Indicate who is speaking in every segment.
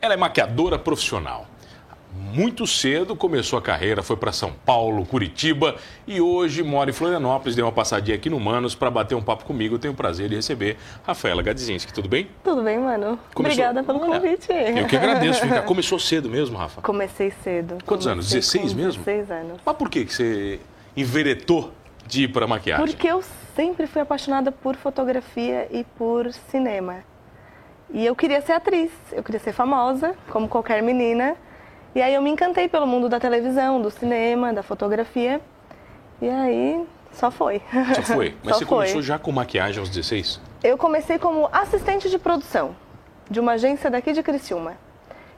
Speaker 1: Ela é maquiadora profissional. Muito cedo começou a carreira, foi para São Paulo, Curitiba e hoje mora em Florianópolis. Deu uma passadinha aqui no Manos para bater um papo comigo. Eu tenho o prazer de receber Rafaela Gadzinski. Tudo bem?
Speaker 2: Tudo bem, mano?
Speaker 1: Começou-
Speaker 2: Obrigada pelo
Speaker 1: Olha,
Speaker 2: convite.
Speaker 1: Eu que agradeço. Fica... Começou cedo mesmo, Rafa?
Speaker 2: Comecei cedo.
Speaker 1: Quantos anos?
Speaker 2: Comecei
Speaker 1: 16
Speaker 2: com
Speaker 1: mesmo?
Speaker 2: 16 anos.
Speaker 1: Mas por que que você enveretou de ir para maquiagem?
Speaker 2: Porque eu sempre fui apaixonada por fotografia e por cinema. E eu queria ser atriz, eu queria ser famosa, como qualquer menina. E aí eu me encantei pelo mundo da televisão, do cinema, da fotografia. E aí só foi.
Speaker 1: Só foi? Mas
Speaker 2: Só
Speaker 1: você
Speaker 2: foi.
Speaker 1: começou já com maquiagem aos 16?
Speaker 2: Eu comecei como assistente de produção de uma agência daqui de Criciúma,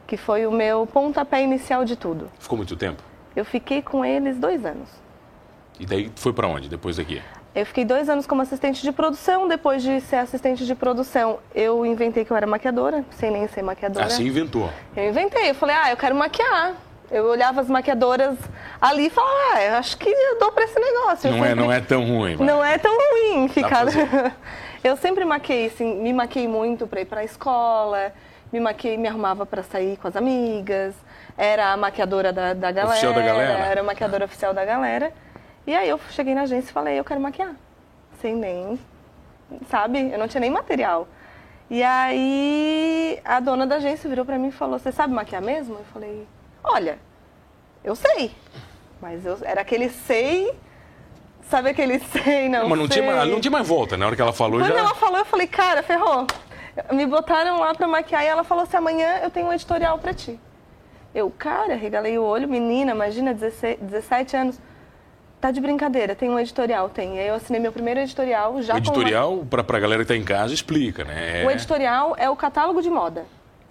Speaker 2: que foi o meu pontapé inicial de tudo.
Speaker 1: Ficou muito tempo?
Speaker 2: Eu fiquei com eles dois anos.
Speaker 1: E daí foi para onde depois daqui?
Speaker 2: Eu fiquei dois anos como assistente de produção. Depois de ser assistente de produção, eu inventei que eu era maquiadora, sem nem ser maquiadora.
Speaker 1: Assim inventou.
Speaker 2: Eu inventei, eu falei, ah, eu quero maquiar. Eu olhava as maquiadoras ali e falava, ah, eu acho que eu dou Então pra esse negócio. Eu
Speaker 1: Não é,
Speaker 2: sempre-
Speaker 1: não é tão ruim. vai.
Speaker 2: Não é tão ruim ficar.
Speaker 1: pra
Speaker 2: eu sempre maquei, assim, me maquei muito pra ir pra escola, me maquei, me arrumava pra sair com as amigas, era a maquiadora da, da galera.
Speaker 1: Oficial da galera?
Speaker 2: Era a maquiadora oficial da galera. E aí eu cheguei na agência e falei, eu quero maquiar. Sem nem. Sabe? Eu não tinha nem material. E aí a dona da agência virou pra mim e falou, você sabe maquiar mesmo? Eu falei, olha, eu sei. Mas eu, era aquele sei. Sabe aquele sei, não?
Speaker 1: Mas não
Speaker 2: sei.
Speaker 1: tinha, mais- não tinha mais volta. Na hora que ela falou,
Speaker 2: Quando
Speaker 1: já.
Speaker 2: ela falou, eu falei, cara, ferrou. Me botaram lá pra maquiar e ela falou assim: amanhã eu tenho um editorial pra ti. Eu, cara, regalei o olho, menina, imagina, 16, 17 anos. Tá de brincadeira, tem um editorial, tem. E aí eu assinei meu primeiro editorial já
Speaker 1: O
Speaker 2: com uma-
Speaker 1: editorial, pra, pra galera que tá em casa, explica, né?
Speaker 2: Tá O
Speaker 1: É
Speaker 2: editorial é o catálogo de moda.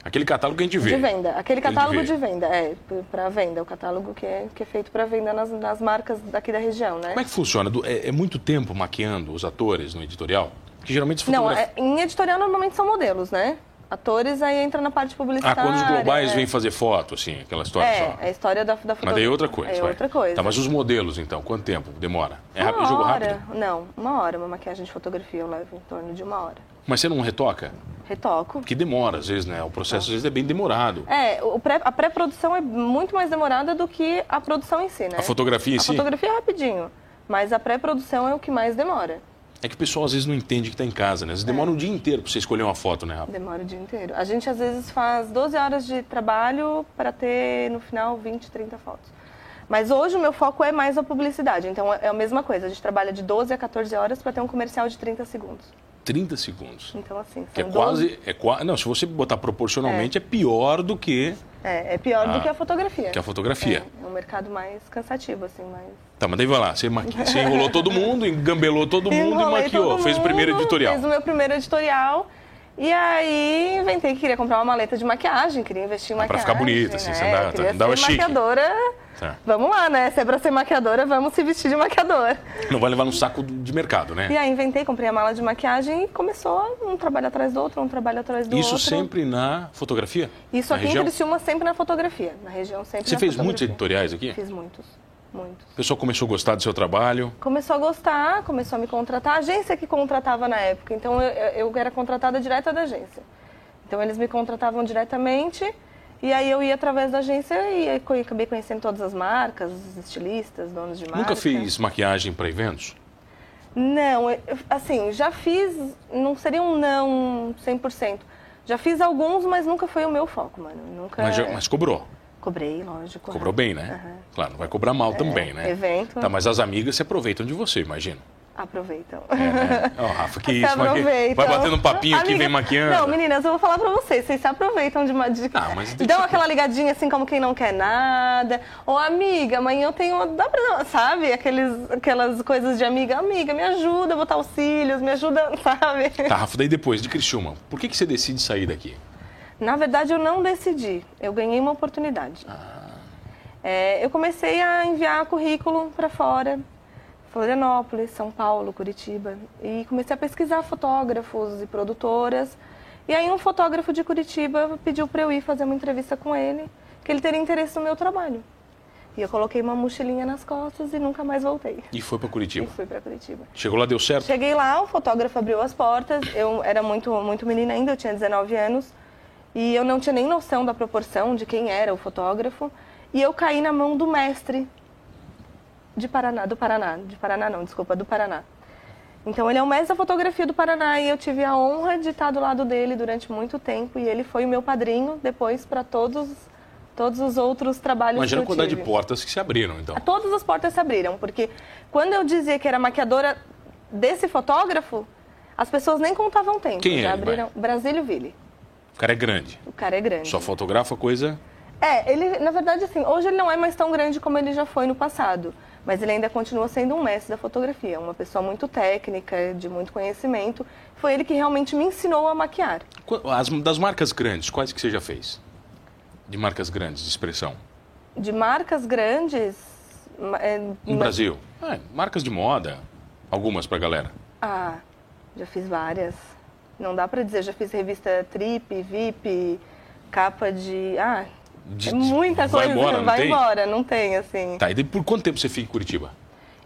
Speaker 1: Aquele catálogo que a gente vê.
Speaker 2: De venda. Aquele
Speaker 1: Ele
Speaker 2: catálogo
Speaker 1: vê.
Speaker 2: de venda, é, para venda. O catálogo que é, que é feito para venda nas, nas marcas daqui da região, né?
Speaker 1: Como é que funciona? Du- É, é muito tempo maquiando os atores no editorial? Porque geralmente se
Speaker 2: Não,
Speaker 1: fotografa...
Speaker 2: é- em editorial normalmente são modelos, né? Atores aí entra na parte
Speaker 1: Ah,
Speaker 2: publicitária.
Speaker 1: quando os globais
Speaker 2: né?
Speaker 1: vêm fazer foto, assim, aquela história
Speaker 2: É,
Speaker 1: só.
Speaker 2: é a história da, da fotografia.
Speaker 1: Mas daí é outra coisa.
Speaker 2: É
Speaker 1: vai.
Speaker 2: outra coisa.
Speaker 1: Tá, mas os modelos, então, quanto tempo demora? É
Speaker 2: uma
Speaker 1: rápido, jogo
Speaker 2: hora.
Speaker 1: rápido?
Speaker 2: Não, uma hora. Uma maquiagem de fotografia eu levo em torno de uma hora.
Speaker 1: Mas você não retoca?
Speaker 2: Retoco.
Speaker 1: Porque demora, às vezes, né? O processo, às vezes, é bem demorado.
Speaker 2: É, o pré- a pré-produção é muito mais demorada do que a produção em si, né?
Speaker 1: A fotografia em
Speaker 2: A
Speaker 1: si?
Speaker 2: fotografia é rapidinho, mas a pré-produção é o que mais demora.
Speaker 1: É que o pessoal, às vezes, não entende que tá em casa, né? Às vezes
Speaker 2: É.
Speaker 1: demora um dia inteiro pra você escolher uma foto, né, Rafa?
Speaker 2: Demora o dia inteiro. A gente às vezes faz 12 horas de trabalho para ter no final 20, 30 fotos. Mas hoje o meu foco é mais a publicidade, então é a mesma coisa. A gente trabalha de 12 a 14 horas para ter um comercial de 30 segundos.
Speaker 1: 30 segundos.
Speaker 2: Então assim,
Speaker 1: Que é
Speaker 2: são 12
Speaker 1: quase, é quase. Não, se você botar proporcionalmente, é, pior do que,
Speaker 2: É, é pior
Speaker 1: Ah,
Speaker 2: do que a fotografia.
Speaker 1: que a fotografia.
Speaker 2: É, é um mercado mais cansativo, assim, mas...
Speaker 1: Tá, mas daí vai lá. Você, maqui... você enrolou todo mundo, engambelou todo mundo e
Speaker 2: Enrolei
Speaker 1: maquiou.
Speaker 2: todo
Speaker 1: fez o primeiro
Speaker 2: mundo, um-
Speaker 1: editorial.
Speaker 2: Fiz o meu primeiro editorial. E aí inventei que queria comprar uma maleta de maquiagem, queria investir em
Speaker 1: Ah, pra
Speaker 2: maquiagem.
Speaker 1: ficar bonita, assim,
Speaker 2: né?
Speaker 1: você andava-
Speaker 2: Queria
Speaker 1: andava
Speaker 2: ser
Speaker 1: chique.
Speaker 2: maquiadora...
Speaker 1: Tá.
Speaker 2: Vamos lá, né? Se é pra ser maquiadora, vamos se vestir de maquiador.
Speaker 1: Não vai levar no saco de mercado,
Speaker 2: E
Speaker 1: né?
Speaker 2: aí inventei, comprei a mala de maquiagem e começou um trabalho atrás do outro, um trabalho atrás do
Speaker 1: Isso
Speaker 2: outro.
Speaker 1: sempre na fotografia?
Speaker 2: Isso
Speaker 1: na
Speaker 2: aqui
Speaker 1: região?
Speaker 2: em Criciúma sempre na fotografia, na região sempre
Speaker 1: Você
Speaker 2: na
Speaker 1: fez muitos
Speaker 2: fotografia.
Speaker 1: editoriais aqui?
Speaker 2: Fiz muitos, muitos.
Speaker 1: O pessoal começou a gostar do seu trabalho.
Speaker 2: Começou a gostar, começou a me contratar. A agência que contratava na época, então eu, eu- eu era contratada direto da agência. Então eles me contratavam diretamente e aí eu ia através da agência e aí co- acabei conhecendo todas as marcas, os estilistas, donos de marca.
Speaker 1: Nunca fiz maquiagem para eventos?
Speaker 2: Não, eu- assim, já fiz, não seria um não 100%. Já fiz alguns, mas nunca foi o meu foco, mano. Nunca
Speaker 1: Mas, já- mas cobrou.
Speaker 2: cobrei, lógico.
Speaker 1: Cobrou bem, né? Claro, não vai cobrar mal também, né?
Speaker 2: É, evento.
Speaker 1: Tá, mas as amigas se aproveitam de você, imagino.
Speaker 2: Aproveitam.
Speaker 1: É, né? Ó, Rafa, que
Speaker 2: Se
Speaker 1: isso, maqui...
Speaker 2: aproveitam.
Speaker 1: vai batendo um papinho aqui,
Speaker 2: Amiga,
Speaker 1: vem maquiando.
Speaker 2: Não, meninas, eu vou falar pra vocês. Vocês se aproveitam de uma dica.
Speaker 1: Ah, mas tem
Speaker 2: Dão
Speaker 1: que-
Speaker 2: aquela ligadinha assim, como quem não quer nada. Ou, amiga, amanhã eu tenho. uma- Dá pra... Sabe? Aqueles, aquelas coisas de amiga. Amiga, me ajuda a botar os cílios, me ajuda, sabe?
Speaker 1: Tá, Rafa, daí depois, de Criciúma, por que, que você decide sair daqui?
Speaker 2: Na verdade, eu não decidi. Eu ganhei uma oportunidade. É, eu comecei a enviar currículo para fora, Florianópolis, São Paulo, Curitiba, e comecei a pesquisar fotógrafos e produtoras. E aí um fotógrafo de Curitiba pediu para eu ir fazer uma entrevista com ele, que ele teria interesse no meu trabalho. E eu coloquei uma mochilinha nas costas e nunca mais voltei.
Speaker 1: E foi pra
Speaker 2: E
Speaker 1: Curitiba.
Speaker 2: fui para Curitiba.
Speaker 1: Chegou lá, deu certo?
Speaker 2: Cheguei lá, o fotógrafo abriu as portas. Eu era muito, muito menina ainda, eu tinha 19 anos. E eu não tinha nem noção da proporção de quem era o fotógrafo. E eu caí na mão do mestre de Paraná, do Paraná, de Paraná não, desculpa, do Paraná. Então ele é o mestre da fotografia do Paraná e eu tive a honra de estar do lado dele durante muito tempo e ele foi o meu padrinho depois para todos todos os outros trabalhos
Speaker 1: Imagina a
Speaker 2: que eu
Speaker 1: quantidade
Speaker 2: tive.
Speaker 1: de portas que se abriram, então.
Speaker 2: Todas as portas se abriram, porque quando eu dizia que era maquiadora desse fotógrafo, as pessoas nem contavam tempo.
Speaker 1: Quem é
Speaker 2: já
Speaker 1: ele,
Speaker 2: abriram Brasílio Ville.
Speaker 1: O cara é grande.
Speaker 2: O cara é grande.
Speaker 1: Só fotografa coisa.
Speaker 2: É, ele, na verdade, assim, hoje ele não é mais tão grande como ele já foi no passado, mas ele ainda continua sendo um mestre da fotografia, uma pessoa muito técnica, de muito conhecimento. Foi ele que realmente me ensinou a maquiar.
Speaker 1: Qu- As, das marcas grandes, quais que você já fez? De marcas grandes, de expressão.
Speaker 2: De marcas grandes. ma- é,
Speaker 1: No
Speaker 2: ma-
Speaker 1: Brasil. É, marcas de moda. Algumas pra galera.
Speaker 2: Ah, já fiz várias. Não dá pra dizer, já fiz revista Trip, VIP, capa de. Ah,
Speaker 1: De-
Speaker 2: é muita
Speaker 1: vai
Speaker 2: coisa.
Speaker 1: embora, não
Speaker 2: vai
Speaker 1: tem?
Speaker 2: embora, não tem, assim.
Speaker 1: Tá, e daí por quanto tempo você fica em Curitiba?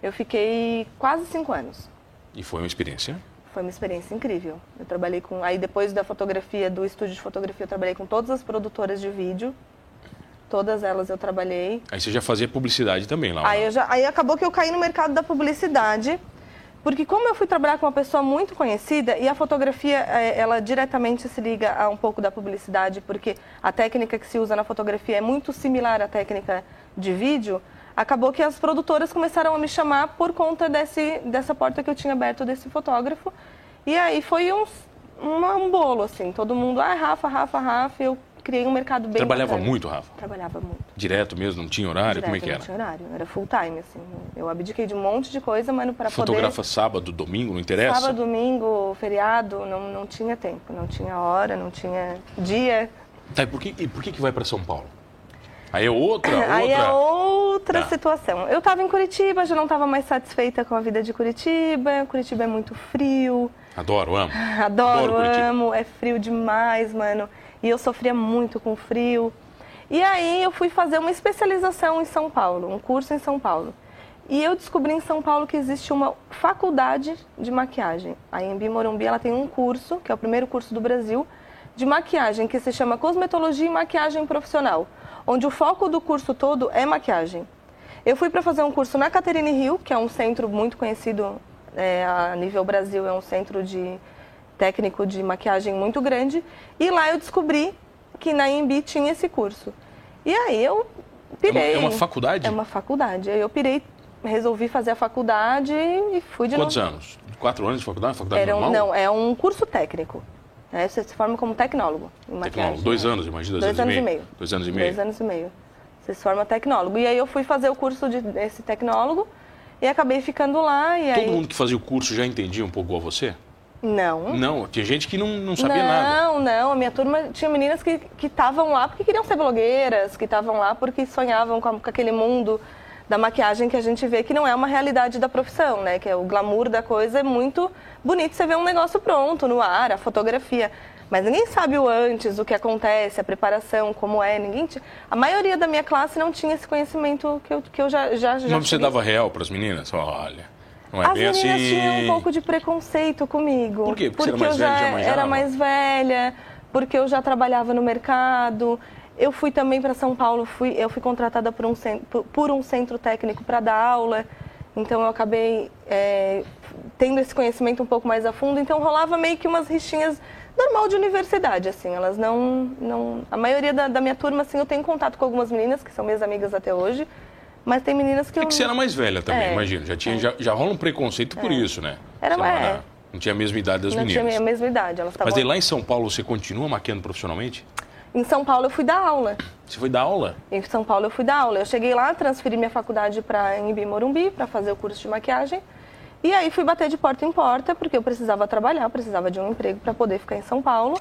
Speaker 2: Eu fiquei quase cinco anos.
Speaker 1: E foi uma experiência.
Speaker 2: Foi uma experiência incrível. Eu trabalhei com. Aí depois da fotografia, do estúdio de fotografia, eu trabalhei com todas as produtoras de vídeo. Todas elas eu trabalhei.
Speaker 1: Aí você já fazia publicidade também lá. ou
Speaker 2: Aí,
Speaker 1: não?
Speaker 2: Ah, eu já, aí acabou que eu caí no mercado da publicidade, porque como eu fui trabalhar com uma pessoa muito conhecida, e a fotografia, eh, ela diretamente se liga a um pouco da publicidade, porque a técnica que se usa na fotografia é muito similar à técnica de vídeo, acabou que as produtoras começaram a me chamar por conta desse, dessa porta que eu tinha aberto desse fotógrafo. E aí foi um, um, um bolo, assim, todo mundo, ah, Rafa, Rafa, Rafa, eu criei um mercado bem
Speaker 1: Trabalhava
Speaker 2: bacana.
Speaker 1: muito, Rafa?
Speaker 2: Trabalhava muito.
Speaker 1: Direto mesmo, não tinha horário? Como é
Speaker 2: Direto,
Speaker 1: que
Speaker 2: não
Speaker 1: era?
Speaker 2: tinha horário, era full time, assim. Eu abdiquei de um monte de coisa, mas para poder...
Speaker 1: Fotografa sábado, domingo, não interessa?
Speaker 2: Sábado, domingo, feriado, não, não tinha tempo, não tinha hora, não tinha dia.
Speaker 1: Tá, e por que, e por que, que vai pra São Paulo? Aí é outra, outra.
Speaker 2: Aí é outra
Speaker 1: Tá.
Speaker 2: situação. Eu estava em Curitiba, já não estava mais satisfeita com a vida de Curitiba. Curitiba é muito frio,
Speaker 1: Adoro, amo. É Adoro
Speaker 2: Adoro,
Speaker 1: Curitiba.
Speaker 2: amo, é frio demais, mano. E eu sofria muito com frio. E aí eu fui fazer uma especialização em São Paulo, um curso em São Paulo. E eu descobri em São Paulo que existe uma faculdade de maquiagem. A Embi Morumbi, ela tem um curso, que é o primeiro curso do Brasil, de maquiagem, que se chama Cosmetologia e Maquiagem Profissional, onde o foco do curso todo é maquiagem. Eu fui para fazer um curso na Caterine Hill, que é um centro muito conhecido é, a nível Brasil, é um centro de técnico de maquiagem muito grande. E lá eu descobri que na IMB tinha esse curso. E aí eu
Speaker 1: É
Speaker 2: pirei.
Speaker 1: uma- é uma faculdade?
Speaker 2: É uma faculdade. Aí eu pirei, resolvi fazer a faculdade e fui de
Speaker 1: Quantos
Speaker 2: novo.
Speaker 1: anos? Quatro anos de faculdade? Faculdade
Speaker 2: Era um,
Speaker 1: normal?
Speaker 2: não, é um curso técnico. né? Você se forma como tecnólogo em
Speaker 1: Tecnólogo.
Speaker 2: maquiagem. né?
Speaker 1: Dois anos, imagina. Dois,
Speaker 2: Dois anos e meio.
Speaker 1: Dois anos e meio.
Speaker 2: Dois anos e meio. Você se forma tecnólogo. E aí eu fui fazer o curso de- desse tecnólogo e acabei ficando lá. E aí...
Speaker 1: Todo mundo que fazia o curso já entendia um pouco igual você?
Speaker 2: Não.
Speaker 1: Não, tinha gente que não, não sabia
Speaker 2: Hum. não,
Speaker 1: nada.
Speaker 2: não. A minha turma tinha meninas que que estavam lá porque queriam ser blogueiras, que estavam lá porque sonhavam com, a- com aquele mundo da maquiagem que a gente vê que não é uma realidade da profissão, né? Que é o glamour da coisa é muito bonito você vê um negócio pronto no ar, a fotografia. Mas ninguém sabe o antes, o que acontece, a preparação, como é. Ninguém ti- A maioria da minha classe não tinha esse conhecimento que eu, que eu já, já, já
Speaker 1: Mas você
Speaker 2: tive.
Speaker 1: dava real para as meninas? Olha, não é
Speaker 2: As
Speaker 1: bem
Speaker 2: meninas
Speaker 1: assim.
Speaker 2: tinham um pouco de preconceito comigo.
Speaker 1: Por quê? Porque
Speaker 2: Porque,
Speaker 1: você era mais
Speaker 2: eu
Speaker 1: velha,
Speaker 2: já
Speaker 1: já manjava?
Speaker 2: era mais velha, porque eu já trabalhava no mercado. Eu fui também para São Paulo, fui, eu fui contratada por um centro, por, por um centro técnico para dar aula. Então eu acabei é, tendo esse conhecimento um pouco mais a fundo. Então rolava meio que umas rixinhas normal de universidade, assim. Elas não, não, a maioria da, da minha turma, assim, eu tenho contato com algumas meninas que são minhas amigas até hoje, mas tem meninas que
Speaker 1: É
Speaker 2: eu
Speaker 1: que você era mais velha também,
Speaker 2: É.
Speaker 1: imagina. Já, tinha, já, já rola um preconceito por isso, né?
Speaker 2: Era
Speaker 1: Você
Speaker 2: mais-
Speaker 1: Não, não tinha a mesma idade das
Speaker 2: não tinha a
Speaker 1: meninas.
Speaker 2: minha mesma idade.
Speaker 1: Mas
Speaker 2: Elas estavam
Speaker 1: daí lá em São Paulo você continua maquiando profissionalmente?
Speaker 2: Em São Paulo eu fui dar aula.
Speaker 1: Você foi dar aula?
Speaker 2: Em São Paulo eu fui dar aula. Eu cheguei lá, transferi minha faculdade para Embi Morumbi para fazer o curso de maquiagem. E aí fui bater de porta em porta porque eu precisava trabalhar, eu precisava de um emprego para poder ficar em São Paulo.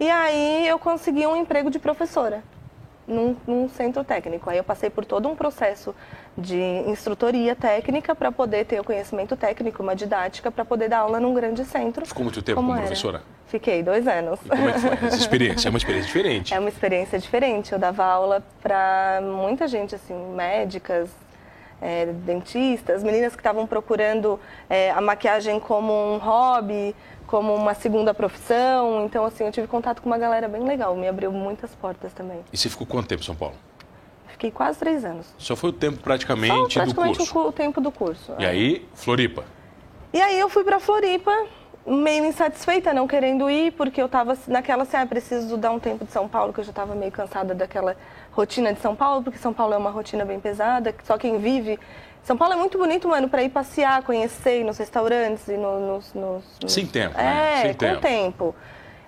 Speaker 2: E aí eu consegui um emprego de professora num, num centro técnico. Aí eu passei por todo um processo de instrutoria técnica para poder ter o conhecimento técnico, uma didática para poder dar aula num grande centro.
Speaker 1: Ficou muito tempo como
Speaker 2: era?
Speaker 1: professora?
Speaker 2: Fiquei dois anos.
Speaker 1: Como é que foi essa experiência? É uma experiência diferente.
Speaker 2: É uma experiência diferente. Eu dava aula para muita gente, assim, médicas, é, dentistas, meninas que estavam procurando é, a maquiagem como um hobby, como uma segunda profissão. Então, assim, eu tive contato com uma galera bem legal, me abriu muitas portas também.
Speaker 1: E você ficou quanto tempo em São Paulo?
Speaker 2: Fiquei quase três anos.
Speaker 1: Só foi o tempo
Speaker 2: Só
Speaker 1: praticamente,
Speaker 2: praticamente
Speaker 1: do
Speaker 2: o
Speaker 1: curso.
Speaker 2: cu- o tempo do curso.
Speaker 1: E aí, Floripa.
Speaker 2: E aí eu fui pra Floripa, meio insatisfeita, não querendo ir, porque eu tava naquela assim, ah, preciso dar um tempo de São Paulo, que eu já tava meio cansada daquela rotina de São Paulo, porque São Paulo é uma rotina bem pesada, que só quem vive. São Paulo é muito bonito, mano, pra ir passear, conhecer, ir nos restaurantes e no- nos, nos, nos-
Speaker 1: Sem tempo, né?
Speaker 2: É,
Speaker 1: Sem
Speaker 2: com tempo.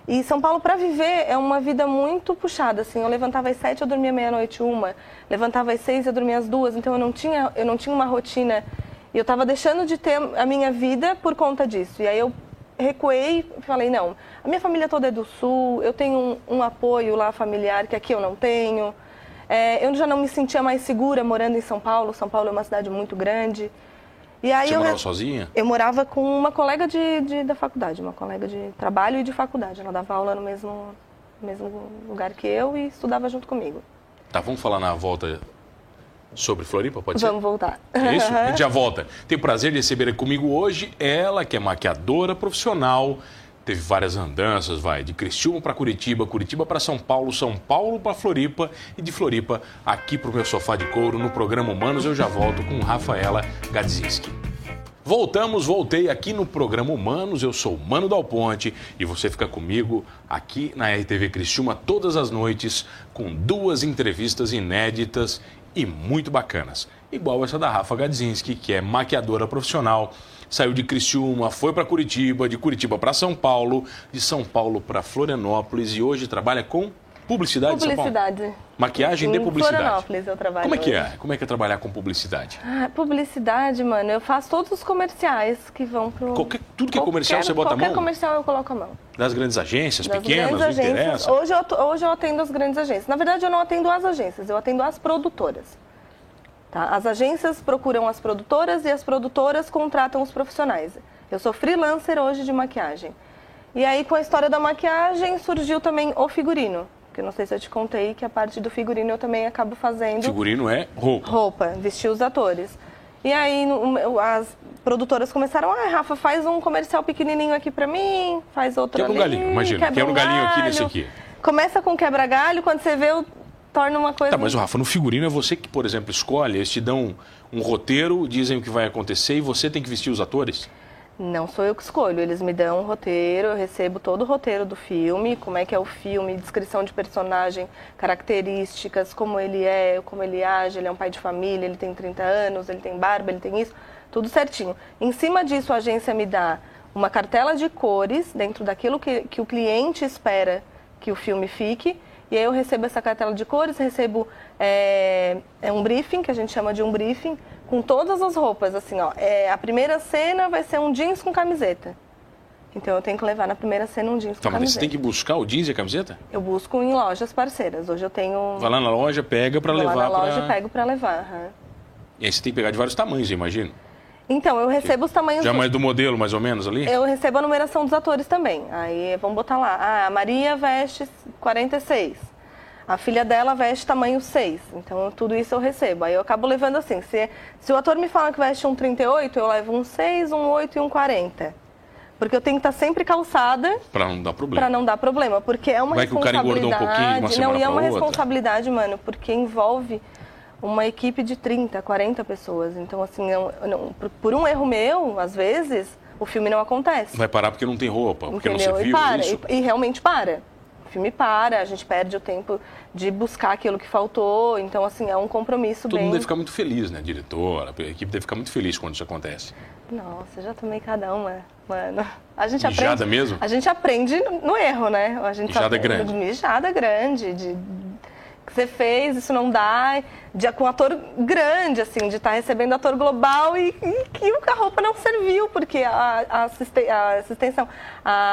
Speaker 2: E São Paulo, pra viver, é uma vida muito puxada, assim. Eu levantava às sete, eu dormia meia-noite uma. Levantava às seis, eu dormia às duas. Então, eu não tinha, eu não tinha uma rotina. E eu tava deixando de ter a minha vida por conta disso. E aí, eu recuei e falei, não, a minha família toda é do Sul. Eu tenho um, um apoio lá familiar que aqui eu não tenho. É, eu já não me sentia mais segura morando em São Paulo. São Paulo é uma cidade muito grande. E aí,
Speaker 1: Você
Speaker 2: eu...
Speaker 1: morava
Speaker 2: re-
Speaker 1: sozinha?
Speaker 2: eu morava com uma colega de, de- da faculdade, uma colega de trabalho e de faculdade. Ela dava aula no mesmo, no mesmo lugar que eu e estudava junto comigo.
Speaker 1: Tá, vamos falar na volta sobre Floripa, pode ser?
Speaker 2: Vamos voltar.
Speaker 1: É isso? A gente já volta. Tenho o prazer de receber aqui comigo hoje ela, que é maquiadora profissional. Teve várias andanças, vai, de Criciúma para Curitiba, Curitiba para São Paulo, São Paulo para Floripa e de Floripa aqui para o meu sofá de couro no programa Humanos. Eu já volto com Rafaela Gadzinski. Voltamos, voltei aqui no programa Humanos. Eu sou Mano Dal Ponte e você fica comigo aqui na RTV Criciúma todas as noites com duas entrevistas inéditas e muito bacanas. Igual essa da Rafa Gadzinski, que é maquiadora profissional, saiu de Criciúma, foi para Curitiba, de Curitiba para São Paulo, de São Paulo para Florianópolis e hoje trabalha com publicidade, em São Paulo?
Speaker 2: Publicidade.
Speaker 1: Maquiagem de
Speaker 2: Em
Speaker 1: publicidade.
Speaker 2: Florianópolis eu trabalho.
Speaker 1: Como é que
Speaker 2: hoje.
Speaker 1: é? Como é que é trabalhar com publicidade?
Speaker 2: Ah, publicidade, mano, eu faço todos os comerciais que vão pro...
Speaker 1: Qualquer- tudo que é comercial você bota a
Speaker 2: qualquer
Speaker 1: mão?
Speaker 2: comercial eu coloco a mão.
Speaker 1: Das grandes agências,
Speaker 2: Das
Speaker 1: pequenas,
Speaker 2: grandes
Speaker 1: não
Speaker 2: agências.
Speaker 1: interessa?
Speaker 2: Hoje eu, atu- hoje eu atendo as grandes agências. Na verdade, eu não atendo as agências, eu atendo as produtoras. tá? As agências procuram as produtoras e as produtoras contratam os profissionais. Eu sou freelancer hoje de maquiagem. E aí, com a história da maquiagem, surgiu também o figurino. Que eu não sei se eu te contei que a parte do figurino eu também acabo fazendo
Speaker 1: Figurino é roupa.
Speaker 2: roupa, vestir os atores. E aí no- um, eu- as produtoras começaram, ah, Rafa, faz um comercial pequenininho aqui pra mim, faz outro
Speaker 1: Quebra um
Speaker 2: ali,
Speaker 1: galinho, imagina, quebra um galinho aqui nesse aqui.
Speaker 2: Começa com quebra-galho, quando você vê, eu- torna uma coisa...
Speaker 1: Tá, mas o Rafa, no figurino é você que, por exemplo, escolhe, eles te dão um roteiro, dizem o que vai acontecer e você tem que vestir os atores?
Speaker 2: Não sou eu que escolho, eles me dão um roteiro, eu recebo todo o roteiro do filme, como é que é o filme, descrição de personagem, características, como ele é, como ele age, ele é um pai de família, ele tem 30 anos, ele tem barba, ele tem isso, tudo certinho. Em cima disso, a agência me dá uma cartela de cores dentro daquilo que, que o cliente espera que o filme fique. E aí eu recebo essa cartela de cores, recebo é, é um briefing, que a gente chama de um briefing, com todas as roupas, assim, ó. É, a primeira cena vai ser um jeans com camiseta. Então eu tenho que levar na primeira cena um jeans
Speaker 1: Tá,
Speaker 2: com
Speaker 1: mas
Speaker 2: camiseta.
Speaker 1: você tem que buscar o jeans e a camiseta?
Speaker 2: Eu busco em lojas parceiras. Hoje eu tenho.
Speaker 1: Vai lá na loja, pega pra
Speaker 2: vou
Speaker 1: levar
Speaker 2: lá na loja
Speaker 1: pra...
Speaker 2: e pego pra levar. aham.
Speaker 1: E aí você tem que pegar de vários tamanhos, eu imagino.
Speaker 2: Então, eu recebo os tamanhos.
Speaker 1: Já
Speaker 2: dos-
Speaker 1: mais do modelo, mais ou menos, ali?
Speaker 2: Eu recebo a numeração dos atores também. Aí vamos botar lá. Ah, a Maria veste 46. A filha dela veste tamanho 6. Então eu- tudo isso eu recebo. Aí eu acabo levando assim. Se, se o ator me fala que veste um 38, eu levo um 6, um 8 e um 40. Porque eu tenho que estar sempre calçada
Speaker 1: Pra não dar problema.
Speaker 2: para não dar problema, porque é uma
Speaker 1: Vai que o cara
Speaker 2: responsabilidade.
Speaker 1: engordou um pouquinho, de uma semana
Speaker 2: não, e é
Speaker 1: pra
Speaker 2: uma
Speaker 1: outra.
Speaker 2: responsabilidade, mano, porque envolve uma equipe de 30, 40 pessoas. Então, assim, não- não- por- por um erro meu, às vezes, o filme não acontece.
Speaker 1: Vai parar porque não tem roupa, porque não
Speaker 2: entendeu?
Speaker 1: se
Speaker 2: e
Speaker 1: viu
Speaker 2: para,
Speaker 1: isso.
Speaker 2: e, e realmente para. O filme para, a gente perde o tempo de buscar aquilo que faltou. Então, assim, é um compromisso
Speaker 1: Todo
Speaker 2: bem.
Speaker 1: mundo deve ficar muito feliz, né? Diretora, a equipe deve ficar muito feliz quando isso acontece.
Speaker 2: Nossa, já tomei cada uma, mano. A gente aprende.
Speaker 1: Mijada mesmo?
Speaker 2: A gente aprende no erro, né? A gente
Speaker 1: Mijada
Speaker 2: aprende
Speaker 1: grande.
Speaker 2: de Mijada grande, de que você fez, isso não dá. De, com um ator grande, assim, de estar recebendo ator global e, e que a roupa não serviu, porque a, a, assiste- a assistência.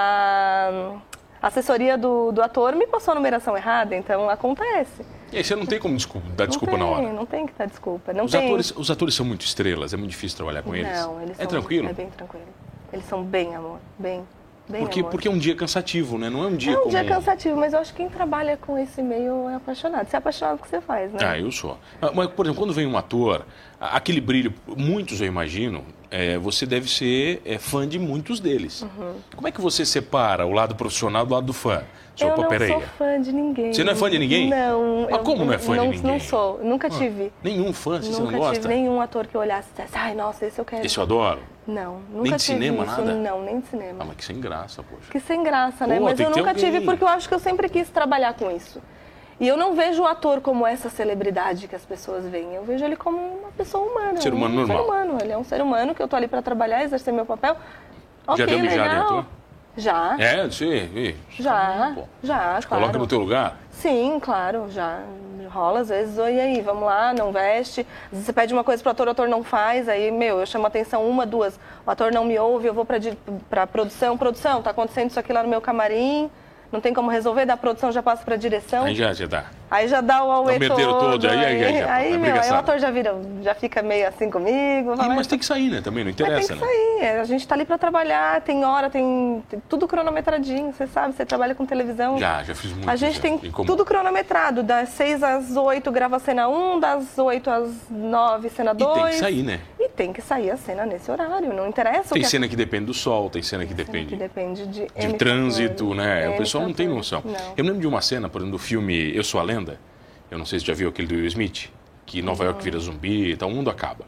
Speaker 2: A, assessoria do, do ator me passou a numeração errada, então acontece.
Speaker 1: E aí você não tem como desculpa- dar desculpa
Speaker 2: não
Speaker 1: na
Speaker 2: tem,
Speaker 1: hora.
Speaker 2: Não tem que dar desculpa. Não
Speaker 1: Os
Speaker 2: tem.
Speaker 1: atores, os atores são muito estrelas, é muito difícil trabalhar com eles.
Speaker 2: Não, eles
Speaker 1: é
Speaker 2: são-
Speaker 1: tranquilo?
Speaker 2: É bem tranquilo. Eles são bem amor, bem, bem
Speaker 1: porque,
Speaker 2: amor.
Speaker 1: porque é um dia cansativo, né? Não é um dia
Speaker 2: é um
Speaker 1: comum.
Speaker 2: dia cansativo, mas eu acho que quem trabalha com esse meio é apaixonado. Você é apaixonado pelo que você faz, né?
Speaker 1: Ah, eu sou. Ah, Mas, por exemplo, quando vem um ator, a- aquele brilho, muitos eu imagino, é, você deve ser é, fã de muitos deles.
Speaker 2: Uhum.
Speaker 1: Como é que você separa o lado profissional do lado do fã?
Speaker 2: eu
Speaker 1: Sopa
Speaker 2: não
Speaker 1: Pereira.
Speaker 2: sou fã de ninguém.
Speaker 1: então Você não é fã de ninguém?
Speaker 2: Não.
Speaker 1: Mas como não é fã de ninguém?
Speaker 2: Não sou. Nunca tive.
Speaker 1: Nenhum fã, assim, você não
Speaker 2: nunca
Speaker 1: gosta?
Speaker 2: tive nenhum ator que eu olhasse e dissesse, ai, nossa, esse eu quero.
Speaker 1: Esse eu adoro.
Speaker 2: Não, nunca
Speaker 1: de
Speaker 2: tive
Speaker 1: cinema,
Speaker 2: isso.
Speaker 1: nada?
Speaker 2: Não, nem de cinema.
Speaker 1: Ah, mas que sem graça, poxa.
Speaker 2: Que sem graça, né?
Speaker 1: Pô,
Speaker 2: Mas
Speaker 1: tem
Speaker 2: eu
Speaker 1: que ter
Speaker 2: nunca
Speaker 1: alguém.
Speaker 2: tive, porque eu acho que eu sempre quis trabalhar com isso. E eu não vejo o ator como essa celebridade que as pessoas veem. Eu vejo ele como uma pessoa humana.
Speaker 1: Ser humano
Speaker 2: um
Speaker 1: normal.
Speaker 2: Ser humano. Ele é um ser humano que eu tô ali para trabalhar, exercer meu papel. Ok,
Speaker 1: deu mijada em
Speaker 2: legal.
Speaker 1: ator?
Speaker 2: Já,
Speaker 1: É, sim, sim.
Speaker 2: já,
Speaker 1: Pô,
Speaker 2: já, claro.
Speaker 1: Coloca no teu lugar.
Speaker 2: Sim, claro, já rola às vezes. "Oi, E aí, vamos lá, não veste. Às vezes você pede uma coisa pro ator, o ator não faz. Aí, meu, eu chamo atenção uma, duas. O ator não me ouve, eu vou pra, di- pra produção. Produção, tá acontecendo isso aqui lá no meu camarim. Não tem como resolver, da produção já passa pra direção.
Speaker 1: Aí já, já dá.
Speaker 2: Aí já dá o auê
Speaker 1: meteram todo, aí- aí- aí já- é
Speaker 2: meu, aí o
Speaker 1: brigaçado.
Speaker 2: ator já vira, já fica meio assim comigo.
Speaker 1: Ih,
Speaker 2: fala,
Speaker 1: mas tem que sair, né? Também não
Speaker 2: mas
Speaker 1: interessa,
Speaker 2: tem que
Speaker 1: né?
Speaker 2: sair. é, A gente tá ali pra trabalhar, tem hora, tem, tem tudo cronometradinho, você sabe, você trabalha com televisão.
Speaker 1: Já, já fiz muito.
Speaker 2: A gente
Speaker 1: já.
Speaker 2: tem
Speaker 1: Incomoda.
Speaker 2: tudo cronometrado. Das 6 às 8 grava a cena 1, das 8 às 9 cena
Speaker 1: E
Speaker 2: 2.
Speaker 1: tem que sair, né?
Speaker 2: E tem que sair a cena nesse horário. Não interessa
Speaker 1: Tem
Speaker 2: o que é
Speaker 1: cena que depende do sol, tem cena que
Speaker 2: cena que
Speaker 1: depende
Speaker 2: depende de,
Speaker 1: de
Speaker 2: M
Speaker 1: trânsito,
Speaker 2: fatores,
Speaker 1: né? O
Speaker 2: M
Speaker 1: pessoal não tem
Speaker 2: fatores.
Speaker 1: noção.
Speaker 2: É, Não.
Speaker 1: Eu me lembro de uma cena, por exemplo, do filme Eu Sou a Lenda. Eu não sei se já viu aquele do Will Smith, que Nova York vira zumbi e tal, o mundo acaba.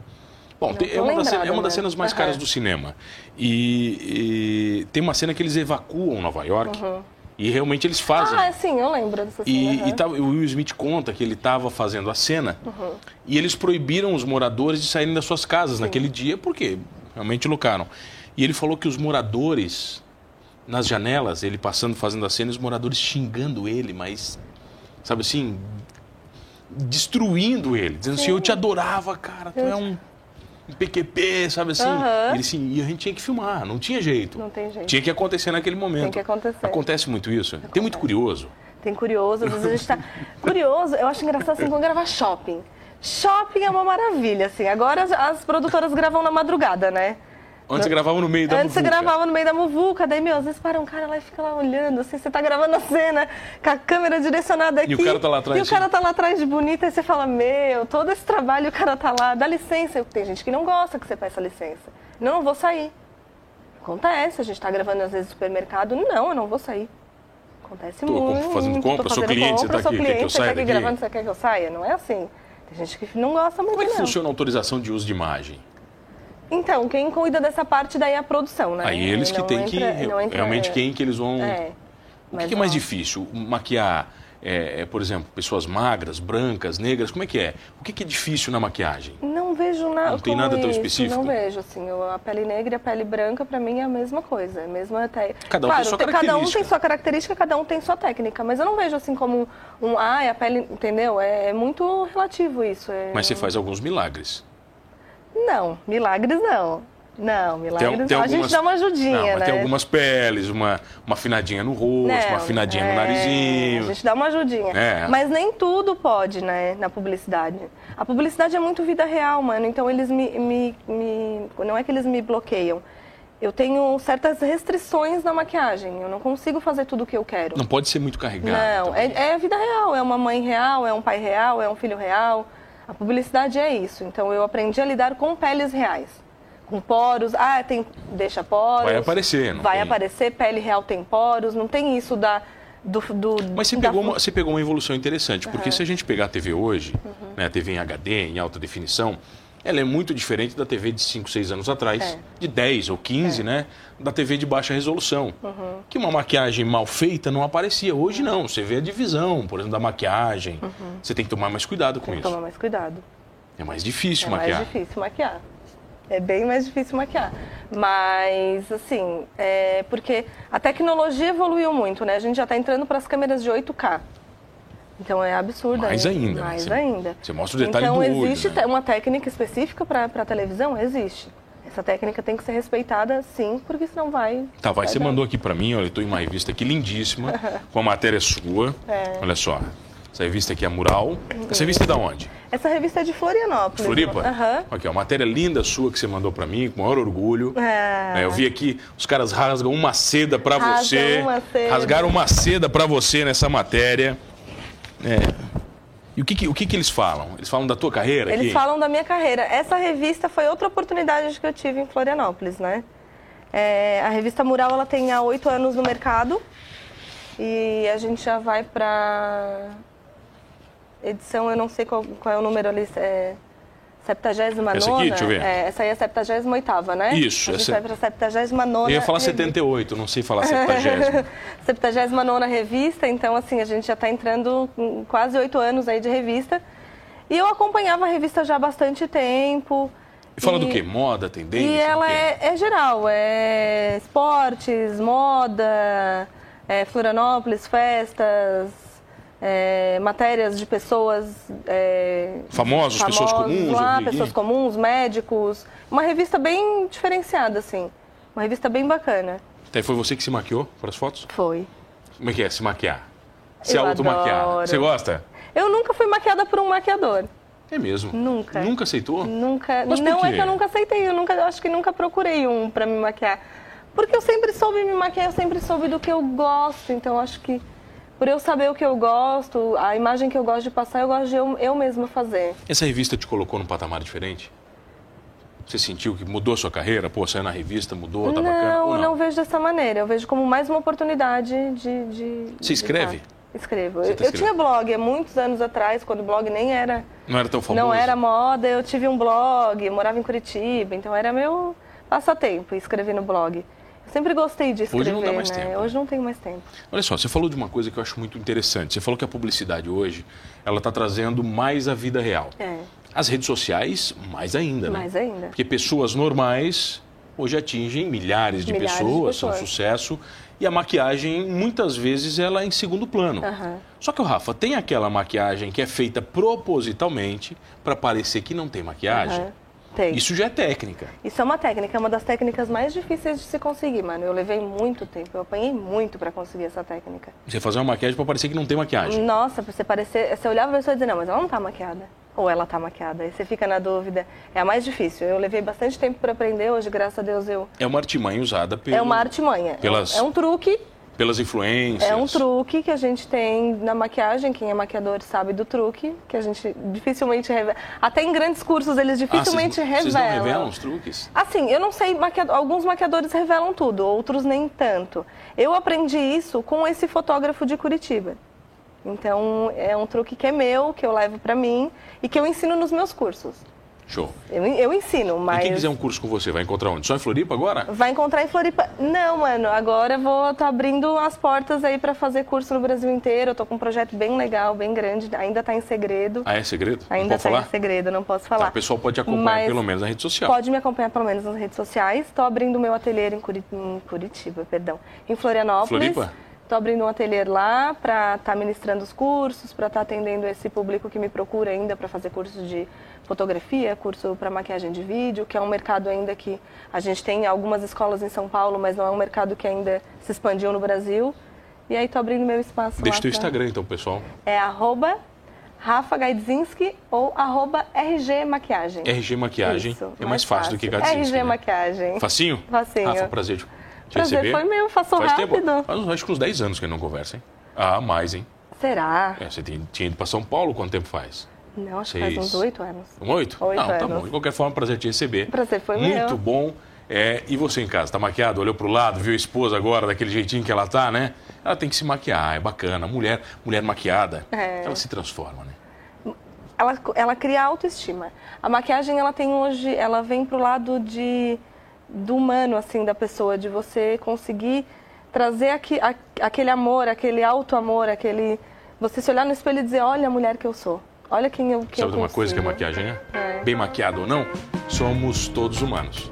Speaker 1: Bom, tem-
Speaker 2: tô
Speaker 1: é, uma das,
Speaker 2: lembrada,
Speaker 1: cenas- é uma das
Speaker 2: mas-
Speaker 1: cenas mais
Speaker 2: Aham.
Speaker 1: caras do cinema. E, e tem uma cena que eles evacuam Nova York
Speaker 2: Uhum.
Speaker 1: e realmente eles fazem.
Speaker 2: Ah, sim, eu lembro dessa cena.
Speaker 1: E, tá-
Speaker 2: aham.
Speaker 1: e tava- o Will Smith conta que ele estava fazendo a cena
Speaker 2: Uhum.
Speaker 1: e eles proibiram os moradores de saírem das suas casas naquele dia, porque realmente locaram. E ele falou que os moradores, nas janelas, ele passando, fazendo a cena, e os moradores xingando ele, mas, sabe assim, destruindo ele, dizendo assim: Eu te adorava, cara, tu é um. um PQP, sabe assim?
Speaker 2: Aham.
Speaker 1: Ele assim, e a gente tinha que filmar, não tinha jeito.
Speaker 2: Não tem jeito.
Speaker 1: Tinha que acontecer naquele momento.
Speaker 2: que acontecer.
Speaker 1: Acontece muito isso. Tem muito curioso.
Speaker 2: Tem curioso, às vezes a gente tá. Curioso, eu acho engraçado assim quando gravar shopping. Shopping é uma maravilha, assim. Agora as, as produtoras gravam na madrugada, né?
Speaker 1: Antes gravava no meio da
Speaker 2: Antes um, você
Speaker 1: muvuca.
Speaker 2: gravava no meio da muvuca, daí, meu, às vezes para um cara lá e fica lá olhando, assim, você tá gravando a cena com a câmera direcionada aqui.
Speaker 1: o cara tá lá atrás,
Speaker 2: E o cara tá lá atrás de bonita, e você fala, meu, todo esse trabalho o cara tá lá, dá licença. Tem gente que não gosta que você peça licença. Não, eu vou sair. Acontece, a gente tá gravando às vezes no supermercado, não, eu não vou sair. Acontece
Speaker 1: Tô
Speaker 2: muito.
Speaker 1: com- fazendo compra,
Speaker 2: tô
Speaker 1: sou
Speaker 2: fazendo
Speaker 1: cliente, você
Speaker 2: compra,
Speaker 1: tá
Speaker 2: sou
Speaker 1: aqui, quer que eu
Speaker 2: cliente, você
Speaker 1: saia
Speaker 2: tá aqui
Speaker 1: daqui?
Speaker 2: gravando, você quer que eu saia? Não é assim. Tem gente que não gosta muito,
Speaker 1: Como é que
Speaker 2: não.
Speaker 1: funciona a autorização de uso de imagem?
Speaker 2: Então, quem cuida dessa parte daí é a produção, né?
Speaker 1: Aí eles que
Speaker 2: Não
Speaker 1: têm
Speaker 2: entra-
Speaker 1: que.
Speaker 2: não entra-
Speaker 1: realmente quem que eles vão.
Speaker 2: É.
Speaker 1: o que que, é
Speaker 2: Mas,
Speaker 1: mais
Speaker 2: ó,
Speaker 1: difícil? Maquiar, é, é, por exemplo, pessoas magras, brancas, negras? Como é que é? O que, que é difícil na maquiagem?
Speaker 2: Não vejo nada.
Speaker 1: Não tem
Speaker 2: como
Speaker 1: nada tão
Speaker 2: isso,
Speaker 1: específico?
Speaker 2: Não vejo, assim. eu- A pele negra e a pele branca, pra mim, é a mesma coisa. É a mesma até.
Speaker 1: Cada um tem sua
Speaker 2: Cada um tem
Speaker 1: característica.
Speaker 2: sua característica, cada um tem sua técnica. Mas eu não vejo, assim, como um. Ah, a pele. Entendeu? É, é muito relativo isso. é-
Speaker 1: Mas você faz alguns milagres.
Speaker 2: Não, milagres não. Não, milagres não. A gente dá uma ajudinha,
Speaker 1: Não, mas
Speaker 2: né?
Speaker 1: Tem algumas peles, uma, uma afinadinha no rosto, Tipo, uma
Speaker 2: Não,
Speaker 1: afinadinha
Speaker 2: é,
Speaker 1: no narizinho.
Speaker 2: A gente dá uma ajudinha.
Speaker 1: É.
Speaker 2: Mas nem tudo pode, né, na publicidade. A publicidade é muito vida real, mano. Então eles me, me- me- Não é que eles me bloqueiam. Eu tenho certas restrições na maquiagem. Eu não consigo fazer tudo o que eu quero.
Speaker 1: Não pode ser Ah, muito carregado.
Speaker 2: Não,
Speaker 1: também.
Speaker 2: é, é a vida real. É uma mãe real, é um pai real, é um filho real. A publicidade é isso. Então eu aprendi a lidar com peles reais. Com poros, ah, tem, deixa poros.
Speaker 1: Vai aparecer, não
Speaker 2: Vai
Speaker 1: tem-
Speaker 2: aparecer, pele real tem poros, não tem isso da. Do, do,
Speaker 1: Mas você
Speaker 2: da-
Speaker 1: pegou, uma, você pegou uma evolução interessante, porque se a gente pegar a TV hoje,
Speaker 2: Uhum.
Speaker 1: né, a TV em HD, em alta definição, ela é muito diferente da TV de 5, 6 anos atrás,
Speaker 2: É.
Speaker 1: de 10 ou 15, né? Da TV de baixa resolução.
Speaker 2: Uhum.
Speaker 1: Que uma maquiagem mal feita não aparecia. Hoje não, você vê a divisão, por exemplo, da maquiagem. Você tem que tomar mais cuidado com
Speaker 2: Uhum. Tem que
Speaker 1: isso.
Speaker 2: tomar mais cuidado.
Speaker 1: É mais difícil
Speaker 2: É
Speaker 1: maquiar.
Speaker 2: mais difícil maquiar. É bem mais difícil maquiar. Mas, assim, é porque a tecnologia evoluiu muito, né? A gente já está entrando para as câmeras de 8K. Então é absurdo.
Speaker 1: Mais
Speaker 2: né?
Speaker 1: ainda, né?
Speaker 2: Mais
Speaker 1: Você-
Speaker 2: ainda.
Speaker 1: você mostra o detalhe
Speaker 2: então,
Speaker 1: do olho,
Speaker 2: existe
Speaker 1: né?
Speaker 2: te- uma técnica específica para a televisão? Existe. Essa técnica tem que ser respeitada, sim, porque senão vai...
Speaker 1: Tá, vai, você
Speaker 2: dar.
Speaker 1: mandou aqui pra mim, olha, eu tô em uma revista aqui lindíssima, com a matéria sua.
Speaker 2: É. Uhum.
Speaker 1: Olha só, essa revista aqui é Mural. Essa revista é da onde?
Speaker 2: Essa revista é de Florianópolis.
Speaker 1: Floripa?
Speaker 2: Aham.
Speaker 1: Aqui, ó, matéria linda sua que você mandou pra mim, com o maior orgulho.
Speaker 2: É.
Speaker 1: É, eu vi aqui, os caras rasgam uma seda pra
Speaker 2: Rasgam
Speaker 1: você.
Speaker 2: uma seda.
Speaker 1: Rasgaram uma seda pra você nessa matéria. É. E o que, que- o que, que eles falam? Eles falam da tua carreira?
Speaker 2: Eles
Speaker 1: aqui?
Speaker 2: falam da minha carreira. Essa revista foi outra oportunidade que eu tive em Florianópolis, né? É, a revista Mural ela tem há oito anos no mercado e a gente já vai para edição, eu não sei qual, qual é o número ali, é 79
Speaker 1: Essa aqui? Deixa eu ver.
Speaker 2: É, essa aí é a 78 né?
Speaker 1: Isso,
Speaker 2: A gente
Speaker 1: essa-
Speaker 2: vai para 79
Speaker 1: Eu ia falar 78, não sei falar 70.
Speaker 2: 79 revista, então assim, a gente já está entrando em quase oito anos aí de revista. E eu acompanhava a revista já há bastante tempo.
Speaker 1: E fala do quê? Moda, tendência?
Speaker 2: E ela
Speaker 1: do quê?
Speaker 2: é, é geral, é esportes, moda, é Florianópolis, festas, é, matérias de pessoas... é,
Speaker 1: Famosos, pessoas
Speaker 2: famosos
Speaker 1: comuns?
Speaker 2: lá,
Speaker 1: eu vi aqui.
Speaker 2: pessoas comuns, médicos. Uma revista bem diferenciada, assim. Uma revista bem bacana.
Speaker 1: Até foi você que se maquiou para as fotos?
Speaker 2: Foi.
Speaker 1: Como é que é se maquiar? Se
Speaker 2: Eu
Speaker 1: automaquiar.
Speaker 2: adoro.
Speaker 1: Você gosta?
Speaker 2: Eu nunca fui maquiada por um maquiador.
Speaker 1: É mesmo.
Speaker 2: Nunca.
Speaker 1: Nunca aceitou?
Speaker 2: Nunca.
Speaker 1: Mas por
Speaker 2: não é
Speaker 1: quê?
Speaker 2: que eu nunca aceitei, eu nunca, eu acho que nunca procurei um pra me maquiar. Porque eu sempre soube me maquiar, eu sempre soube do que eu gosto, então acho que por eu saber o que eu gosto, a imagem que eu gosto de passar, eu gosto de eu, eu mesma fazer.
Speaker 1: Essa revista te colocou num patamar diferente? Você sentiu que mudou a sua carreira? Pô, saiu na revista, mudou, tá
Speaker 2: não,
Speaker 1: bacana? Ou
Speaker 2: eu não vejo dessa maneira, eu vejo como mais uma oportunidade de. de
Speaker 1: Você
Speaker 2: de
Speaker 1: escreve?
Speaker 2: fato. Escrevo.
Speaker 1: Você
Speaker 2: Eu,
Speaker 1: tá
Speaker 2: eu
Speaker 1: escrevendo?
Speaker 2: tinha blog há muitos anos atrás, quando o blog nem era
Speaker 1: Não era tão famoso?
Speaker 2: Não era moda, eu tive um blog, eu morava em Curitiba, então era meu passatempo escrever no blog. Eu sempre gostei de escrever,
Speaker 1: Hoje não dá mais
Speaker 2: né?
Speaker 1: tempo, né?
Speaker 2: Hoje não tenho mais tempo.
Speaker 1: Olha só, você falou de uma coisa que eu acho muito interessante. Você falou que a publicidade hoje, ela tá trazendo mais a vida real.
Speaker 2: É,
Speaker 1: As redes sociais, mais ainda, né?
Speaker 2: mais ainda.
Speaker 1: Porque pessoas normais hoje atingem milhares de
Speaker 2: Milhares de
Speaker 1: pessoas, são um
Speaker 2: pessoas.
Speaker 1: sucesso. E a maquiagem, muitas vezes, ela é em segundo plano.
Speaker 2: Aham.
Speaker 1: Só que o Rafa tem aquela maquiagem que é feita propositalmente para parecer que não tem maquiagem.
Speaker 2: aham. Tem. Isso...
Speaker 1: Isso já é técnica.
Speaker 2: é uma técnica, é uma das técnicas mais difíceis de se conseguir, mano. Eu levei muito tempo, eu apanhei muito pra conseguir essa técnica.
Speaker 1: Você fazer uma maquiagem para parecer que não tem maquiagem.
Speaker 2: Nossa, pra você parecer, você olhava pra pessoa e dizia, não, mas ela não tá maquiada. Ou ela tá maquiada, aí você fica na dúvida. É a mais difícil. Eu levei bastante tempo pra aprender, hoje, graças a Deus, eu
Speaker 1: É uma artimanha usada pelo-
Speaker 2: É uma artimanha.
Speaker 1: pelas-
Speaker 2: É um truque.
Speaker 1: pelas influências.
Speaker 2: É um truque que a gente tem na maquiagem. Quem é maquiador sabe do truque, que a gente dificilmente revela. Até em grandes cursos eles
Speaker 1: Ah, vocês-
Speaker 2: dificilmente
Speaker 1: Vocês não
Speaker 2: revelam.
Speaker 1: revelam os truques?
Speaker 2: Assim, eu não sei, maquia- alguns maquiadores revelam tudo, outros nem tanto. Eu aprendi isso com esse fotógrafo de Curitiba. Então, é um truque que é meu, que eu levo pra mim e que eu ensino nos meus cursos.
Speaker 1: Show.
Speaker 2: Eu, eu ensino,
Speaker 1: E
Speaker 2: mas
Speaker 1: quem quiser um curso com você, vai encontrar onde? Só em Floripa agora?
Speaker 2: Vai encontrar em Floripa. Não, mano, agora eu vou tô abrindo as portas aí pra fazer curso no Brasil inteiro. Eu tô com um projeto bem legal, bem grande, ainda tá em segredo.
Speaker 1: Ah, é segredo? não
Speaker 2: Ainda
Speaker 1: pode
Speaker 2: tá
Speaker 1: falar?
Speaker 2: em segredo, não posso
Speaker 1: Tá,
Speaker 2: falar.
Speaker 1: o pessoal pode acompanhar
Speaker 2: Mas
Speaker 1: pelo menos na rede social.
Speaker 2: Pode me acompanhar pelo menos nas redes sociais. Tô abrindo meu ateliê em, Curi- em Curitiba, perdão, em Florianópolis.
Speaker 1: Floripa?
Speaker 2: Tô abrindo um ateliê lá pra estar ministrando os cursos, pra estar atendendo esse público que me procura ainda pra fazer curso de fotografia, curso pra maquiagem de vídeo, que é um mercado ainda que a gente tem algumas escolas em São Paulo, mas não é um mercado que ainda se expandiu no Brasil. E aí tô abrindo meu espaço
Speaker 1: Deixa o
Speaker 2: lá.
Speaker 1: teu
Speaker 2: pra-
Speaker 1: Instagram então, pessoal.
Speaker 2: É arroba Rafa Gaidzinski ou arroba RG Maquiagem.
Speaker 1: RG Maquiagem.
Speaker 2: Isso,
Speaker 1: é mais, fácil, do que né? Gadzinski.
Speaker 2: RG Maquiagem.
Speaker 1: Facinho?
Speaker 2: Facinho.
Speaker 1: Rafa, prazer te, te
Speaker 2: Prazer
Speaker 1: receber.
Speaker 2: foi meu, passou
Speaker 1: Faz
Speaker 2: rápido.
Speaker 1: tempo. Faz, acho que uns 10 anos que não conversa, hein? Ah, mais, hein?
Speaker 2: Será?
Speaker 1: É, você tem- tinha ido pra São Paulo quanto tempo faz?
Speaker 2: Não, acho que faz
Speaker 1: Seis.
Speaker 2: uns oito anos.
Speaker 1: Um oito?
Speaker 2: Oito
Speaker 1: não, tá
Speaker 2: anos.
Speaker 1: bom. De qualquer forma, prazer te receber.
Speaker 2: Prazer foi meu.
Speaker 1: Muito bom. É, e você em casa, tá maquiado? Olhou pro lado, viu a esposa agora, daquele jeitinho que ela tá, né? Ela tem que se maquiar, é bacana. Mulher, mulher maquiada,
Speaker 2: É.
Speaker 1: ela se transforma, né?
Speaker 2: Ela, ela cria autoestima. A maquiagem, ela tem hoje, ela vem pro lado de do humano, assim, da pessoa, de você conseguir trazer aque- a- aquele amor, aquele auto-amor, aquele... Você se olhar no espelho e dizer, olha a mulher que eu sou. Olha quem eu, que
Speaker 1: Sabe
Speaker 2: eu
Speaker 1: de uma coisa que é
Speaker 2: consigo."
Speaker 1: maquiagem, né?
Speaker 2: É.
Speaker 1: Bem maquiado ou não, somos todos humanos.